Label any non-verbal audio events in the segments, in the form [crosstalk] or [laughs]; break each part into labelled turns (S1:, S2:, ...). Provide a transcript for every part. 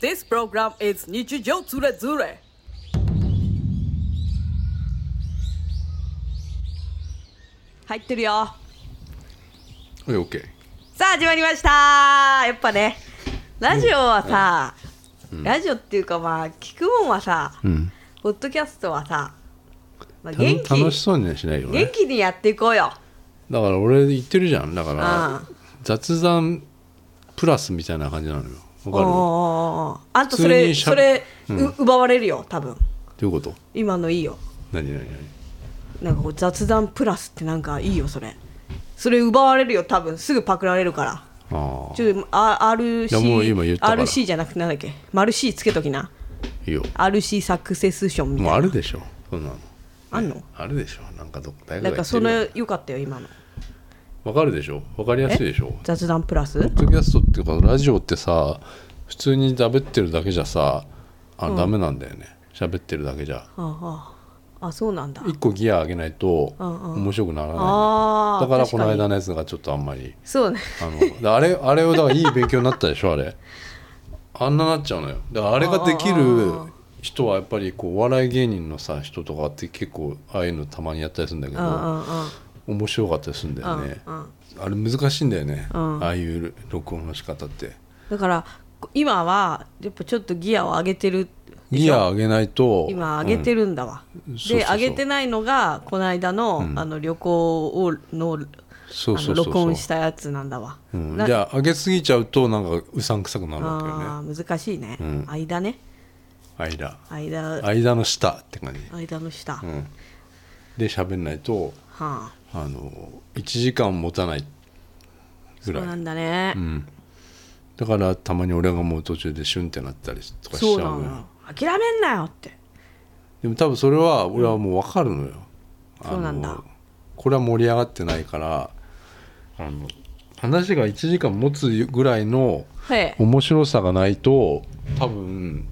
S1: This program is 日常ズレズレ。入ってるよ。
S2: はい、オッケー。
S1: さあ始まりましたやっぱね、ラジオはさ、ラジオっていうかまあ聞くもんはさ、
S2: うん。
S1: ポッドキャストはさ、まあ、
S2: た
S1: 元気
S2: 楽しそうにはしないよ
S1: 元
S2: ね。
S1: 気にやっていこうよ。
S2: だから俺言ってるじゃん。だか
S1: う
S2: ら
S1: ん
S2: 雑談プラスみたいな感じなのよ。
S1: おー
S2: わか
S1: おーおーあんたそ
S2: 普通
S1: れ
S2: にし
S1: そ
S2: ゃべ
S1: れ、う奪われるよ多分
S2: るどういうこと
S1: 今のいいよ
S2: 何何
S1: なんかこう雑談プラスってなんかいいよそれそれ奪われるよ多分すぐパクられるから
S2: 何ああ。
S1: ちょっとあ
S2: いやもう今言
S1: RC,
S2: ったから
S1: RC じゃなくてなんだっけ丸 C つけときない
S2: いよ。
S1: RC サクセスションみたい
S2: もう
S1: な
S2: あるでしょ。そんなの。
S1: あんの
S2: あるでしょ。なんかどっか大
S1: なん
S2: 学
S1: か
S2: が
S1: そ
S2: 言ってるよ
S1: れ良かったよ今の
S2: わかるでしょ。わかりやすいでしょ。
S1: 雑談プラス
S2: ポッドキャストっていうかラジオってさ普通に喋ってるだけじゃさあ、ダメなんだよね喋ってるだけじゃ
S1: ああああそうなんだ
S2: 一個ギア上げないと
S1: うんうん
S2: 面白くならない、
S1: あー
S2: だから
S1: 確
S2: こ
S1: かに
S2: の間のやつがちょっとあんまり
S1: そうね
S2: あのだあれあれをだからいい勉強になったでしょあれあんななっちゃうのよだからあれができる人はやっぱりこうお笑い芸人のさ人とかって結構ああいうのたまにやったりするんだけ
S1: うんうん
S2: ど
S1: うん
S2: 面白かったりするんだよね
S1: うんうん
S2: あれ難しいんだよね
S1: うん
S2: ああいう録音の仕方って
S1: だから今はやっぱちょっとギアを上げてるで
S2: ギ
S1: しょ
S2: ア上げないと
S1: 今上げてるんだわ、
S2: うん
S1: で
S2: そうそうそう
S1: 上げてないのがこの間の,、あの旅行をの
S2: そうそうそうそう
S1: あの録音したやつなんだわ、
S2: うん
S1: な
S2: じゃあ上げすぎちゃうとなんかうさんくさくなるわけよね
S1: あー難しいね、
S2: うん
S1: 間ね
S2: 間
S1: 間
S2: 間の下って感じ、
S1: 間の下、
S2: う
S1: は
S2: ん、で喋んないと
S1: あ
S2: あの1時間持たないぐ
S1: そう
S2: らい
S1: なんだね、
S2: うんだからたまに俺がもう途中でシュンってなったりとかしちゃ
S1: そううな
S2: のよ
S1: の諦めんなよって
S2: でも多分それは俺はもう分かるのよ、あの
S1: そうなんだ
S2: これは盛り上がってないからあの話が1時間持つぐらいの
S1: はい、
S2: 面白さがないと多分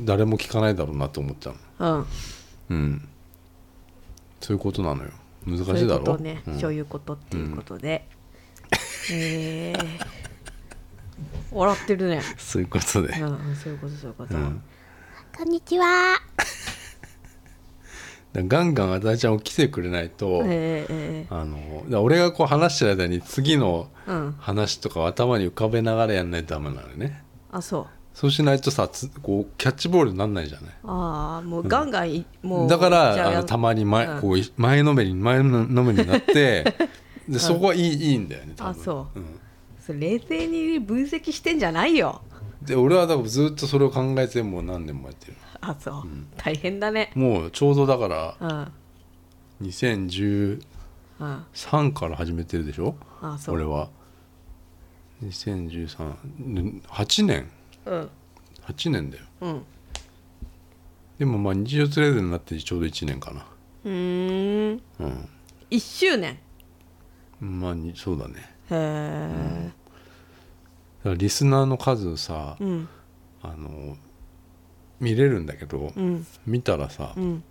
S2: 誰も聞かないだろうなと思った
S1: う
S2: の
S1: ん、
S2: うんそういうことなのよ難し
S1: そうい
S2: いうだ
S1: こ
S2: ろ
S1: とね、
S2: うん
S1: そういうことっていうことで、えー、笑ってるね、
S2: そういうことで、
S1: うん、そういうことそういうこと、
S2: うん
S3: こんにちは。
S2: だガンガンあたちゃんを来てくれないと、
S1: えーえ
S2: あのだから俺がこう話してる間に次の
S1: ーうん
S2: 話とかを頭に浮かべながらやんないとダメなのよね
S1: あそう
S2: そうしないとさつこうキャッチボールになんないじゃない
S1: ああもうガンガンい、もう
S2: だか
S1: じゃあ
S2: らあ
S1: や
S2: のたまに前,、
S1: うん
S2: こうい前のめりに前のめりになって
S1: [laughs]
S2: でそこはいい,、いいんだよね多分
S1: あそう、
S2: ん
S1: それ冷静に分析してんじゃないよ
S2: で俺はだからずっとそれを考えてもう何年もやってる
S1: あそう、大変だね
S2: もうちょうどだから
S1: うんうん
S2: 2013
S1: あ
S2: から始めてるでしょ
S1: そう
S2: 俺は20138年
S1: うん
S2: 8年だよ
S1: うん
S2: でもまあ日常トレードになってちょうど1年か
S1: うーん
S2: な
S1: 1周年
S2: うんまあにそうだね
S1: へえ
S2: だからリスナーの数をさ、
S1: うん
S2: あの見れるんだけど、
S1: うん
S2: 見たらさ、
S1: うん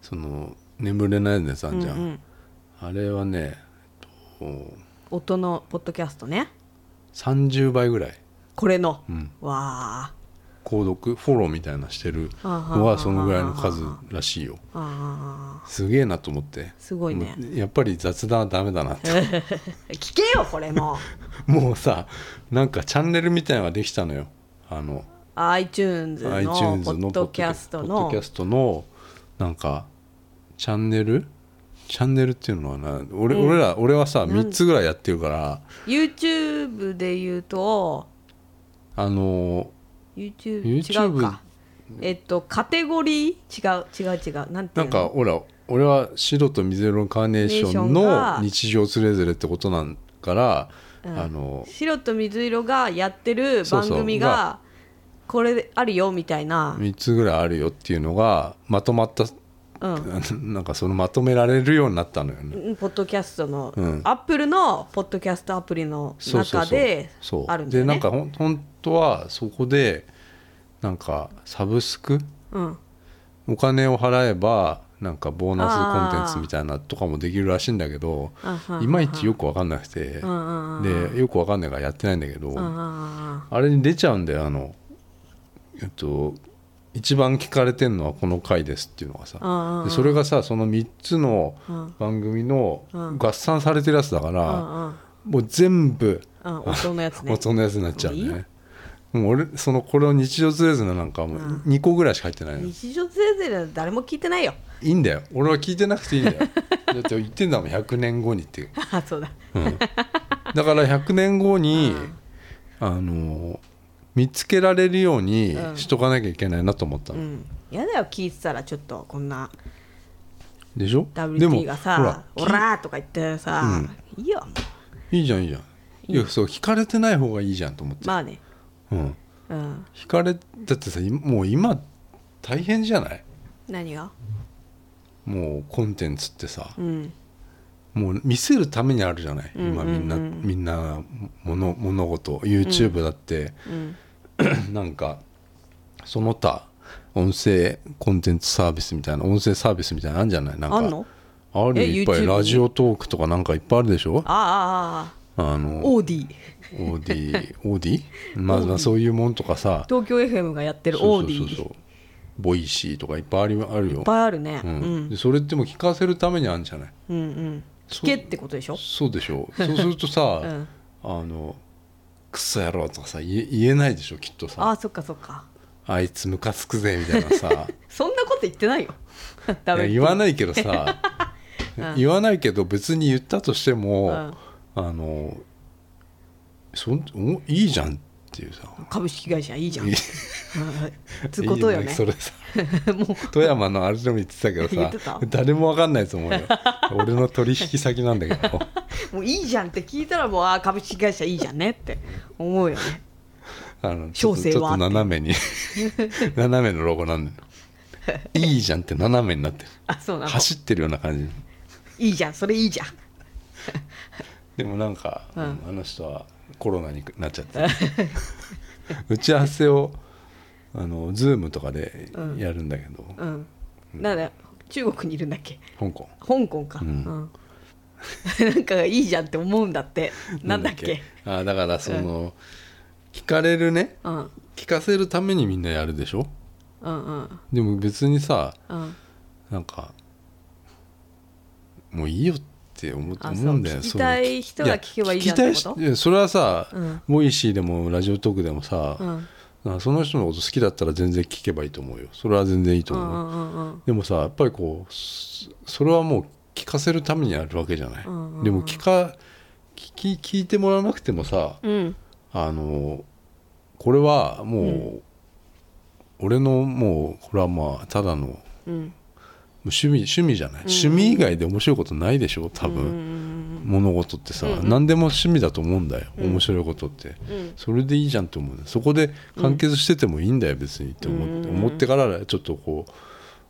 S2: その眠れないのやつあんじゃん、
S1: うんうん
S2: あれはね、えっと、
S1: 音のポッドキャストね
S2: 30倍ぐらい、
S1: これの、
S2: うん、
S1: わあ
S2: 購読フォローみたいなしてるのがそのぐらいの数らしいよ
S1: ああ
S2: すげえなと思って
S1: すごいね
S2: もうやっぱり雑談はダメだなって
S1: 聞けよこれ
S2: [laughs]
S1: も
S2: もうさなんかチャンネルみたいなのができたのよあの
S1: iTunes の
S2: iTunes
S1: ポ
S2: の
S1: ッドキャスト
S2: ポッド
S1: の
S2: キャストのなんかチャンネルチャンネルっていうのはな俺,、俺ら俺はさ3つぐらいやってるから
S1: YouTube で言うと
S2: あのー
S1: YouTube,
S2: YouTube
S1: 違うかえっとカテゴリー違う違う違うなんて
S2: ない
S1: うんの
S2: かほら俺は白と水色のカーネーション
S1: ネーションが
S2: の日常つれづれってことなんから、あの
S1: 白と水色がやってる
S2: そう
S1: 番
S2: そう
S1: 組
S2: が
S1: がこれあるよみたいな
S2: 3つぐらいあるよっていうのがまとまった、 [laughs]
S1: うん
S2: なんかそのまとめられるようになったのよね。
S1: ポッドキャストの、
S2: うん
S1: アップルのポッドキャストアプリの
S2: そうそう
S1: 中
S2: そう
S1: で
S2: そう
S1: あるんだよね
S2: でなんかほん本当はそこでなんかサブスク
S1: うん
S2: お金を払えばなんかボーナスコンテン
S1: あー
S2: ツみたいなとかもできるらしいんだけど
S1: うんうんうん
S2: いまいちよく分かんなくて
S1: うんうんうん
S2: でよく分かんないからやってないんだけど
S1: あ
S2: あれに出ちゃうんだよあのえっと一番聞かれてるのはこの回ですっていうのがさ、
S1: うんうん
S2: でそれがさその3つの
S1: うん
S2: 番組の
S1: うん
S2: 合算されてるやつだか
S1: う
S2: ら、
S1: んうん
S2: もう全部
S1: うん音のやつね
S2: 大人のやつになっちゃう
S1: いいよ
S2: ねもう俺そのこれを日常ずれずななんかもう
S1: うん
S2: 2個ぐらいしか入ってないの、い
S1: 日常全然なんて誰も聞いてないよ
S2: いんだよ俺は聞いてなくてい
S1: [laughs]
S2: いんだよだって言ってんだもん100年後にって
S1: あそうだ
S2: だから100年後に
S1: うん、
S2: あの見つけられるように
S1: うん
S2: しとかなきゃいけないなと思った
S1: う
S2: の、
S1: ん嫌だよ聞いてたらちょっとこんな
S2: でしょでも
S1: WT が
S2: ほ
S1: さ
S2: ら
S1: 「オラ!」とか言ってさいいよ
S2: いいじゃんいいじゃんいやそう聞かれてない方がいいじゃんと思って、
S1: まあね
S2: うん
S1: うん
S2: 聞かれだってさいもう今大変じゃない
S1: 何が
S2: もうコンテンツってさ
S1: うん
S2: もう見せるためにあるじゃない、
S1: うん
S2: 今みんな、
S1: うんうん
S2: みんなもの物事 YouTube だって、
S1: うん
S2: [coughs] なんかその他音声コンテンツサービスみたいな音声サービスみたいなのあるんじゃないなんか
S1: あんの
S2: あるよ
S1: え
S2: いっぱい
S1: YouTube
S2: ラジオトークとかなんかいっぱいあるでしょ
S1: ああああ
S2: あの
S1: オーディ
S2: オーディオーディまあまあそういうもんとかさ
S1: 東京 FM がやってる
S2: そ
S1: オ
S2: う
S1: ーデ
S2: そうそう
S1: ィ
S2: そ
S1: いう
S2: ボイシーとかいっぱいあるあるよ
S1: っぱいあるねう
S2: うん
S1: ん
S2: でそれっても聞かせるためにあるんじゃない
S1: うんうん聞けってことでしょ
S2: そうでしょ
S1: [laughs]
S2: そうするとさ、
S1: うん
S2: あの「クソ野郎」とかさ言え言えないでしょきっと
S1: あ
S2: さ
S1: あそっかそっか
S2: 「あいつムカつくぜ」みたいな
S1: [laughs]
S2: さ
S1: そんなこと言ってないよ
S2: いや言わ
S1: い
S2: ないけ
S1: [laughs]
S2: どさ、
S1: ん
S2: 言わないけど別に言ったとして
S1: う
S2: も
S1: ん、
S2: あのそんおいいじゃんっていうさ
S1: 株式会社いいじゃん
S2: いい
S1: うんつうことよ
S2: いい
S1: ね
S2: それさ
S1: [laughs] もう
S2: 富山のあれでも言ってたけ
S1: [laughs]
S2: ど
S1: 言っ
S2: さ
S1: てた
S2: 誰もわかんないと思うよ俺の取引先なんだけど
S1: もういいじゃんって聞いたらもうあー株式会社いいじゃんねって思うよね
S2: あのちょっ
S1: 小
S2: と
S1: 生は
S2: ちょっと斜め
S1: [laughs]
S2: に斜めのロゴなんだよいいじゃんって斜めになってる
S1: あそうなの
S2: 走ってるような感じ
S1: いいじゃんそれいいじゃん
S2: でもなんか、
S1: うん
S2: うんあの人はコロナになっちゃって打ち合わせをあのズームとかでやるんだけど、
S1: うんなんだ中国にいるんだっけ
S2: 香港
S1: 香港か、うんんなん [laughs] かいいじゃんって思うんだってなんだっけ
S2: あーだからその、聞かれるね
S1: うんうん
S2: 聞かせるためにみんなやるでしょ
S1: うん
S2: でも別にさ
S1: うん
S2: なんかもういいよって思う
S1: あ
S2: 思うんだよ
S1: そう聞き
S2: その
S1: たい人が聞けばいいじゃんってこと
S2: 聞きたいしやそれはさ、
S1: うん
S2: ボイシーでもラジオトークでもさ、
S1: うんうん
S2: なんかその人のこと好きだったら全然聞けばいいと思うよそれは全然いいと
S1: う
S2: 思う、
S1: んうん
S2: でもさやっぱりこうそそれはもう聞かせるためにやるわけじゃない、
S1: うんうんうん
S2: でも聞か聞き聞いてもらわなくてもさ、
S1: うん
S2: あのこれはもう、俺のもうこれはまあただのも
S1: うん
S2: う趣味趣味じゃない、趣味以外で面白いことないでしょ多分、物事ってさ、何でも趣味だと思うんだよ、面白いことって、
S1: ん
S2: それでいいじゃんと思うねそこで完結しててもいいんだよ別にって思,、って思ってからちょっとこう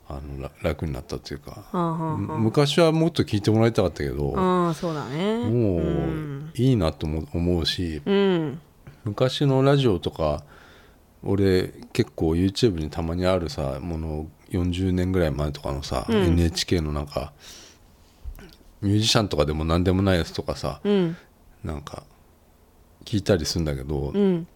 S2: あのら楽になったっていうか、
S1: うん
S2: む昔はもっと聞いてもらいたかったけど、
S1: うんそうだね
S2: もう
S1: うん
S2: いいなとも思うし、
S1: うん
S2: 昔のラジオとか俺結構 YouTube にたまにあるさもの40年ぐらい前とかのさ、NHK のなんかミュージシャンとかでも何でもないやつとかさ
S1: うん
S2: なんか聞いたりするんだけど、
S1: うん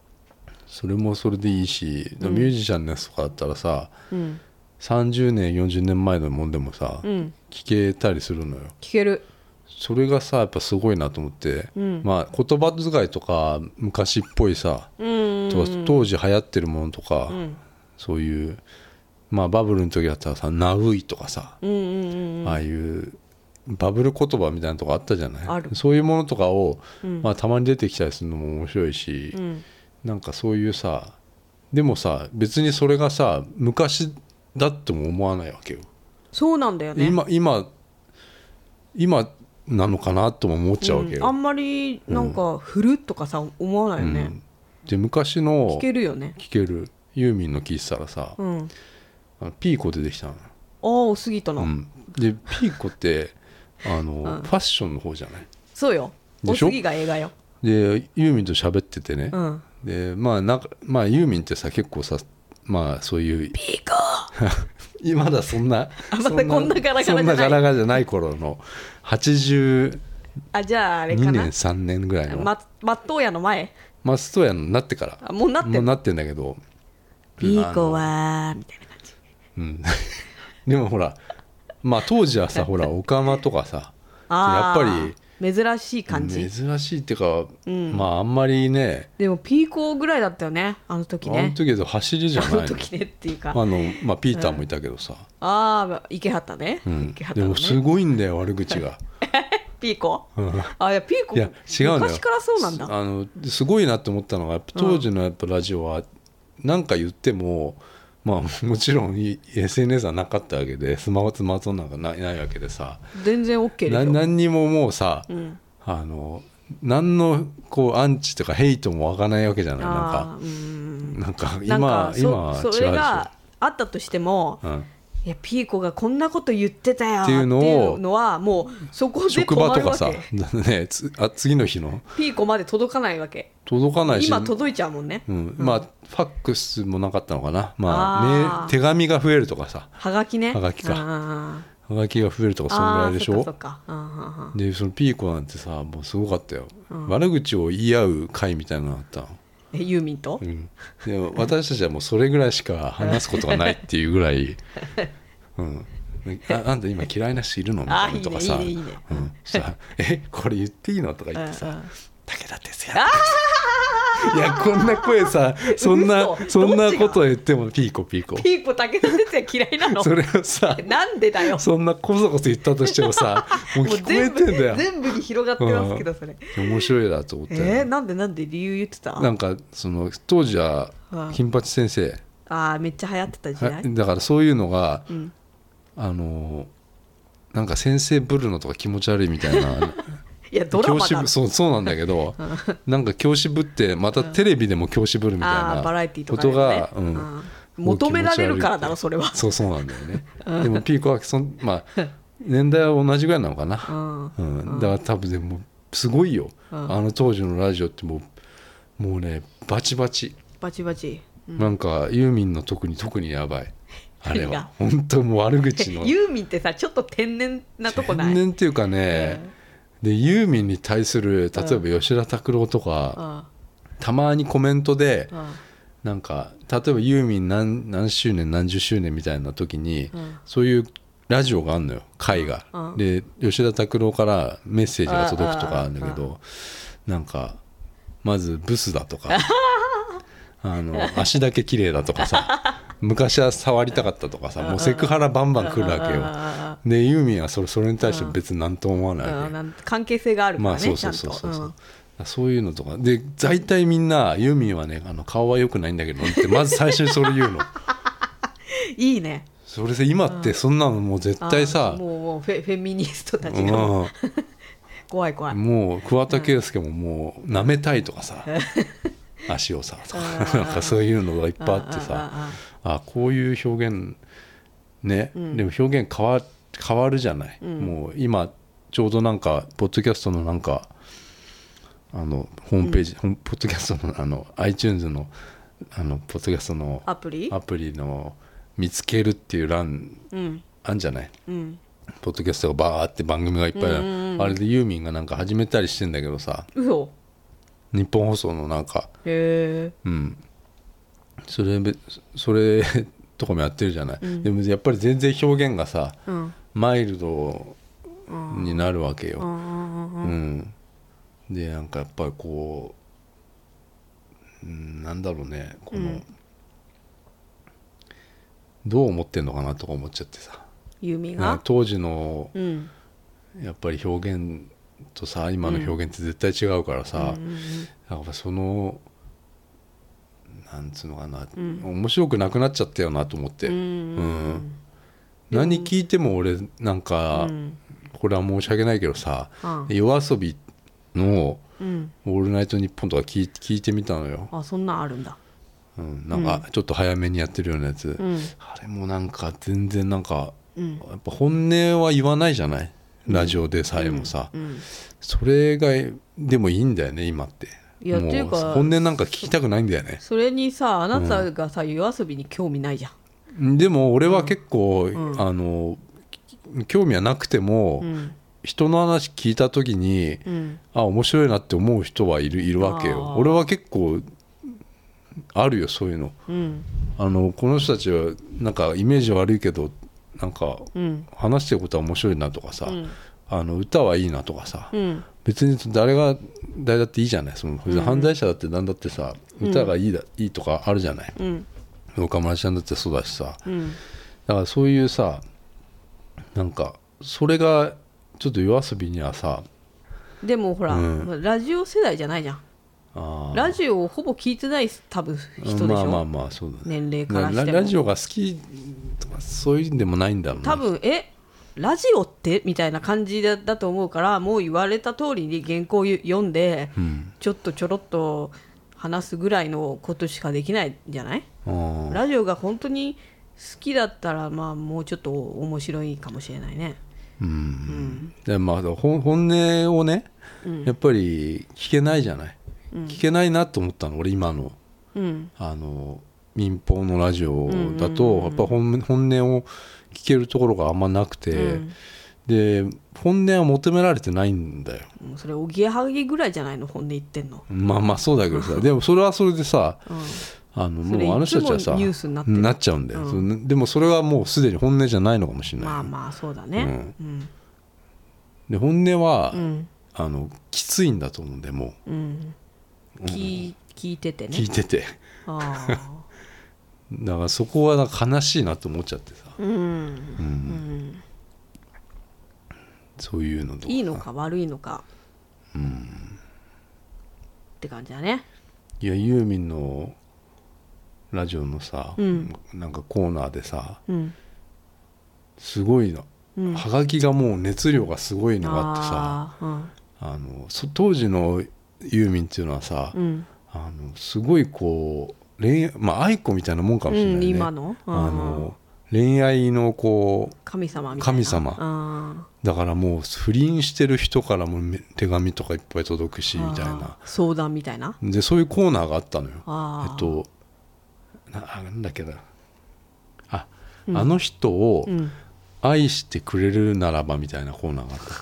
S2: それもそれでいいし、ミュージシャンのやつとかだったらさ
S1: うん
S2: 30年40年前のもんでもさ、
S1: うん
S2: 聞けたりするのよ。
S1: 聞ける
S2: それがさやっぱすごいなと思って、
S1: うん
S2: まあ言葉遣いとか昔っぽいさ、
S1: うん
S2: と当時流行ってるものとか、
S1: ん
S2: そういう、まあ、バブルの時だったらさ「ナウイ」とかさ、
S1: うんうんうん
S2: ああいうバブル言葉みたいなとこあったじゃない
S1: ある
S2: そういうものとかを、
S1: うん
S2: まあ、たまに出てきたりするのも面白いし、
S1: うん
S2: なんかそういうさでもさ別にそれがさ昔だっても思わないわけよ。
S1: そうなんだよね
S2: 今今今なのかなとも思っちゃうわけ
S1: ん、あ
S2: よ。
S1: んまりなんか振るとかさ思わないよね、
S2: うんで昔の
S1: 聞けるよね
S2: 聞けるユーミンの聞いてたらさ、
S1: うん
S2: あのピーコ出てきたのよ。
S1: ああ過ぎたな、
S2: うん、でピーコってあ
S1: [laughs]
S2: の、ファッションの方じゃない
S1: そうよお
S2: でしょ
S1: すぎが映画よ
S2: でユーミンと喋っててね、
S1: うん
S2: でまあなんか、まあ、ユーミンってさ結構さまあそういうピーコ今だそんな
S1: あまたこんなガラガラじゃない
S2: そんなガラガラじゃない頃の82
S1: あじゃああれか
S2: 年
S1: な
S2: 3年ぐらいの
S1: ままっとうやの前
S2: マストヤになってから
S1: あもうなってる
S2: もうなってんだけど
S1: いい子はみたいな感じ
S2: うん、でもほらまあ当時
S1: [laughs]
S2: はさほらオカマとかさや
S1: あ
S2: っ
S1: ー
S2: ぱ
S1: 珍しい感じ、
S2: り珍しいっていうか、
S1: うん
S2: まああんまりね
S1: でもピーコぐらいだったよねあの時
S2: あの
S1: ね
S2: 時けど走りじゃ
S1: あ
S2: ない
S1: の
S2: の
S1: 時ねっていうか、
S2: あのまあピーターもいたけどさ、
S1: ああ池畑ね、
S2: うん
S1: 池畑
S2: で
S1: の
S2: も
S1: ね
S2: すごいんだよ悪口が、
S1: ピーコ
S2: うん
S1: あいやピーコ
S2: いや違うんだよ
S1: 昔からそうなんだ
S2: あのすごいなって思ったのがやっぱ当時のやっぱラジオは何か言っても、まあもちろんい SNS はなかったわけでスマホスマートフォンなんかないないわけでさ
S1: 全然 OK でし
S2: な
S1: ょ
S2: 何にももうさ、
S1: うん、
S2: あの何のこうアンチとかヘイトも湧かないわけじゃないなん
S1: あ
S2: か
S1: ーうん
S2: なんか今
S1: なんかそ
S2: 今は違う
S1: そ
S2: でし
S1: れ
S2: ょ
S1: が、あったとしても、
S2: うん、
S1: いやピーコがこんなこと言ってたよっ
S2: ってて
S1: い
S2: いううのを
S1: のはもうそこで
S2: 職
S1: 止
S2: 場
S1: ま
S2: と
S1: る
S2: か
S1: わ
S2: さ、
S1: け
S2: ね、つあ次の日の
S1: ピーコまで届かないわけ
S2: 届かないし
S1: 今届いちゃうもんね、
S2: うん、まあファックスもなかったのかな、まあ
S1: あー
S2: メー手紙が増えるとかさ
S1: はがきね
S2: はがきか
S1: あ
S2: はがきが増えると
S1: ー
S2: かそんぐらいでし
S1: あー
S2: ょ
S1: そっかそっかうんうんうん
S2: でそのピーコなんてさもうすごかったよ、悪口を言い合う会みたいなのあったの、
S1: えユーミンと、
S2: うん、でも私たちはもうそれぐらいしか話すことがないっていうぐらい、うん、ああんた今嫌いな人いるのみたいなとかさ
S1: あいいねいいねいいね
S2: うんさえこれ言っていいの?」とか言って
S1: う
S2: さ
S1: んうん
S2: 「武田鉄矢」いやこんな声さそんな
S1: 嘘
S2: そん
S1: どっ
S2: な
S1: ちが
S2: こと言ってもピーコピーコ
S1: ピーコ武田鉄矢嫌いなの
S2: それをさ
S1: なんでだよ
S2: そんなこそこそ言ったとしてもさも
S1: [laughs]
S2: う
S1: もう
S2: 聞こえ
S1: 全
S2: て
S1: 部
S2: んだよ
S1: 全部に広がってますけどそれ、
S2: 面白いなと思って、
S1: えー、なんでなんで理由言ってた
S2: なんかその当時は
S1: うん
S2: 金八先生
S1: あーめっちゃ流行ってた時
S2: は
S1: 代
S2: いだからそういうのが、
S1: ん
S2: あのなんか先生ぶるのとか気持ち悪いみたいな
S1: い [laughs] やドラマだ
S2: 教師ぶそうそうなんだけど、なんか教師ぶってまたテレビでも教師ぶるみたい
S1: あ
S2: な
S1: ーバラエティーと
S2: こ
S1: か
S2: と
S1: でもね
S2: が、うん
S1: あー
S2: もう
S1: 求
S2: 気持ち悪い
S1: められるからだろそれは
S2: そうそうなんだよねでもピーコはそんま
S1: [laughs]
S2: あ年代は同じぐらいなのかな、うんだから多分でもすごいよ、あの当時のラジオってもうもうねバチバチ。
S1: バチバチ
S2: なんかユーミンの特に特にやばい
S1: [laughs]
S2: あれ
S1: 何が
S2: は本当もう悪口
S1: [laughs]
S2: の
S1: ユーミンってさちょっと天然なとこな
S2: 天
S1: い
S2: 然っていうかね、でユーミンに対する例えば吉田拓郎とか、
S1: あ
S2: たまにコメントで、
S1: あ
S2: なんか例えばユーミン何何周年何十周年みたいな時に、
S1: ん
S2: そういうラジオがあるのよ会が、
S1: うん
S2: で吉田拓郎からメッセージが届くとかあるんだけど、なんかまずブスだとかあの足だけ綺麗だとかさ昔は触りたかったとかさもうセクハラバンバン来るわ
S1: あ
S2: けよでユーミンはそれそれに対して別に何とも思わないわけ、
S1: あなん関係性があるか
S2: ま
S1: ら
S2: あそ
S1: ね
S2: う
S1: ち
S2: そ
S1: ゃん
S2: うそうそうそう、
S1: と
S2: そういうのとかで大体みんなユーミンはねあの顔は良くないんだけどってまず最初にそれ言う
S1: うん
S2: の
S1: いいね
S2: それで今ってそんなのもう絶対
S1: あ
S2: さ
S1: ーもうもうフェフェミニストた
S2: う
S1: ち
S2: ん
S1: が怖い怖い
S2: もう桑田佳祐ももう舐めたいとか [laughs] さ足をさとかなんかそういうのがいっぱいあってさあこういう表現ね、でも表現変わ変わるじゃない、もう今ちょうどなんかポッドキャストのなんかあのホームページ、ほんポッドキャストのあの iTunes のあのポッドキャストの
S1: アプリ
S2: アプリの「見つける」っていう欄
S1: うん
S2: あんじゃない
S1: うん
S2: ポッドキャストがバーって番組がいっぱいある、あれでユーミンがなんか始めたりしてんだけどさ
S1: 嘘
S2: 日本放送のなんか
S1: へえ
S2: うんそれべそれとかもやってるじゃない、でもやっぱり全然表現がさ
S1: うん
S2: マイルドになるわけよ、
S1: うんうんうん
S2: うん、でなんかやっぱりこう、うん、なんだろうねこの、どう思ってんのかなとか思っちゃってさ
S1: ユーミン
S2: なんか
S1: が
S2: 当時の
S1: うん
S2: やっぱり表現とさ今の表現って絶対違うからさ、やっぱそのなんつうのかな、面白くなくなっちゃったよなと思って、
S1: うん
S2: うん何聞いても俺なんか、
S1: ん
S2: これは申し訳ないけどさ、
S1: うん
S2: 夜遊びの
S1: うん
S2: 「オールナイトニッポン」とか聞い聞いてみたのよ、
S1: あそんなんあるんだ
S2: うん、なんかちょっと早めにやってるようなやつ、
S1: うん
S2: あれもなんか全然なんか、
S1: うん
S2: やっぱ本音は言わないじゃないラジオでさえもさ、
S1: うん
S2: それがでもいいんだよね今って
S1: いやっていうか
S2: 本音なんか聞きたくないんだよね
S1: それにさあなたがさ夜遊びに興味ないじゃん
S2: でも俺は結構、あの興味はなくても、
S1: ん
S2: 人の話聞いた時に、
S1: うん
S2: あ面白いなって思う人はいるいるわけ
S1: あ
S2: よ
S1: ー
S2: 俺は結構あるよそういうの
S1: うん
S2: あのこの人たちはなんかイメージ悪いけどなんか
S1: うん
S2: 話してることは面白いなとかさ、
S1: うん
S2: あの歌はいいなとかさ、
S1: うん
S2: 別に誰が誰だっていいじゃないその犯罪者だって何だってさ、歌がいいだいいとかあるじゃない
S1: うん
S2: 岡村ちゃんだってそうだしさ
S1: うん
S2: だからそういうさなんかそれがちょっと夜遊びにはさ
S1: でもほら、
S2: うん
S1: ラジオ世代じゃないじゃん
S2: あー
S1: ラジオをほぼ聞いてない多分人でしょ、
S2: まあまあまあそうだね
S1: 年齢から
S2: ラ
S1: して
S2: ラ
S1: も
S2: ラジオが好きとかそういうんでもないんだろうな
S1: 多分えラジオってみたいな感じだだと思うからもう言われた通りに原稿を読んで、
S2: うん
S1: ちょっとちょろっと話すぐらいのことしかできないんじゃない
S2: あー
S1: ラジオが本当に好きだったらまあもうちょっと面白いかもしれないね
S2: うんでまあほん本音をね、やっぱり聞けないじゃない、聞けないなと思ったの俺今の
S1: うん
S2: あの民放のラジオだと、やっぱ本本音を聞けるところがあんまなくて、で本音は求められてないんだよ
S1: もうそれおぎやはぎぐらいじゃないの本音言ってんの
S2: まあまあそうだけ
S1: [laughs]
S2: どさでもそれはそれでさあの
S1: それ
S2: もうあの人たちはい
S1: つも
S2: さ
S1: ニュースになってる
S2: っちゃうんだよ、そのでもそれはもうすでに本音じゃないのかもしれない、
S1: まあまあそうだねうん
S2: で本音は、
S1: うん
S2: あのきついんだと思うんでも
S1: うん聞い聞いてて
S2: う聞
S1: ね
S2: いてて
S1: ああ
S2: だからそこはなんか悲しいなと思っちゃってさ、
S1: うんうん
S2: そういうのと
S1: いいのか悪いのかって感じだね
S2: いやユーミンのラジオのさ、
S1: うん
S2: なんかコーナーでさ
S1: うん
S2: すごいな、
S1: うん
S2: はがきがもう熱量がすごいのがあってさ
S1: ああ
S2: あのそ当時のユーミンっていうのはさ、
S1: うんうん
S2: あのすごいこう恋愛まあ愛子みたいなもんかもしれないね、
S1: うん今のうん
S2: あの恋愛のこう
S1: 神様みたいな
S2: 神様
S1: あ
S2: だからもう不倫してる人からもめ手紙とかいっぱい届くし
S1: あ
S2: みたいな
S1: ああ相談みたいな
S2: でそういうコーナーがあったのよ
S1: ああ
S2: えっとなあなんだっけなあ、あの人を
S1: うん
S2: 愛してくれるならばみたいなコーナーがあった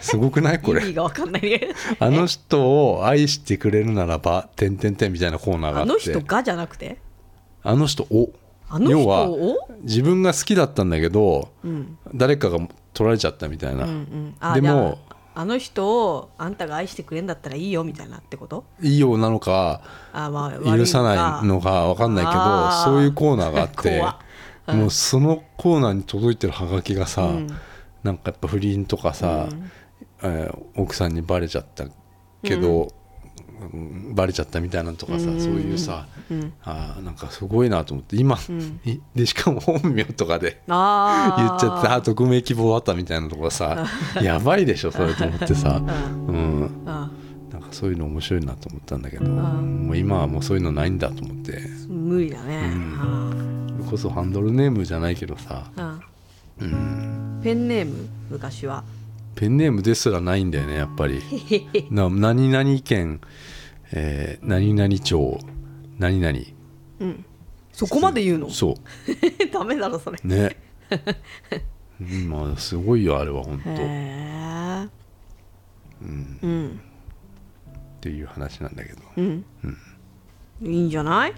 S1: [laughs]
S2: すごくないこ
S1: 意
S2: れ
S1: 味が分かんないね
S2: [laughs] あの人を愛してくれるならばてんてんてんみたいなコーナーがあ
S1: あ
S2: って
S1: の人がじゃなくて
S2: あの人を
S1: あの人
S2: 要は
S1: を
S2: 自分が好きだったんだけど、
S1: うん
S2: 誰かが取られちゃったみたいな、
S1: うんうんあ
S2: で
S1: じゃあ
S2: も
S1: あの人をあんたが愛してくれんだったらいいよみたいなってこと
S2: いいようなのか
S1: あまあ悪いのか
S2: 許さないのか分かんないけ
S1: あー
S2: どそういうコーナーがあって
S1: 怖っうん
S2: もうそのコーナーに届いてるハガキがさ、
S1: うん
S2: なんかやっぱ不倫とかさ、えー奥さんにバレちゃったけど、うんバレちゃったみたいなのとかさ、そういうさ、あーなんかすごいなと思って今、い [laughs] でしかも本名とかで。
S1: あ
S2: [laughs] 言っちゃって
S1: あ
S2: あー匿名希望あったみたいなところ [laughs] さやばいでしょそれと思って [laughs] さ、うん、
S1: あ
S2: なんかそういうの面白いなと思ったんだけど
S1: ん
S2: もう今はもうそういうのないんだと思って
S1: 無理だね、
S2: それこそハンドルネームじゃないけどさ
S1: ああペンネーム昔は
S2: ペンネームですらないんだよねやっぱ [laughs] りな何々県、えー何々町何々
S1: そこまで言うの [laughs]
S2: そ
S1: ダメだろそれ
S2: う [laughs] ね今すごいよあれは本
S1: へ
S2: 当
S1: えうん、
S2: っていう話なんだけど
S1: うんいいんじゃない、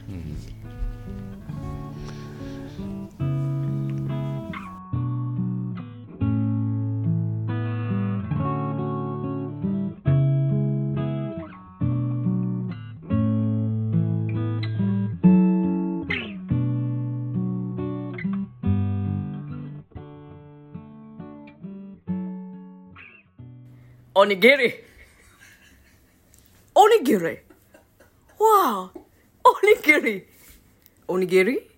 S1: おにぎりおにぎりわあおにぎりおにぎり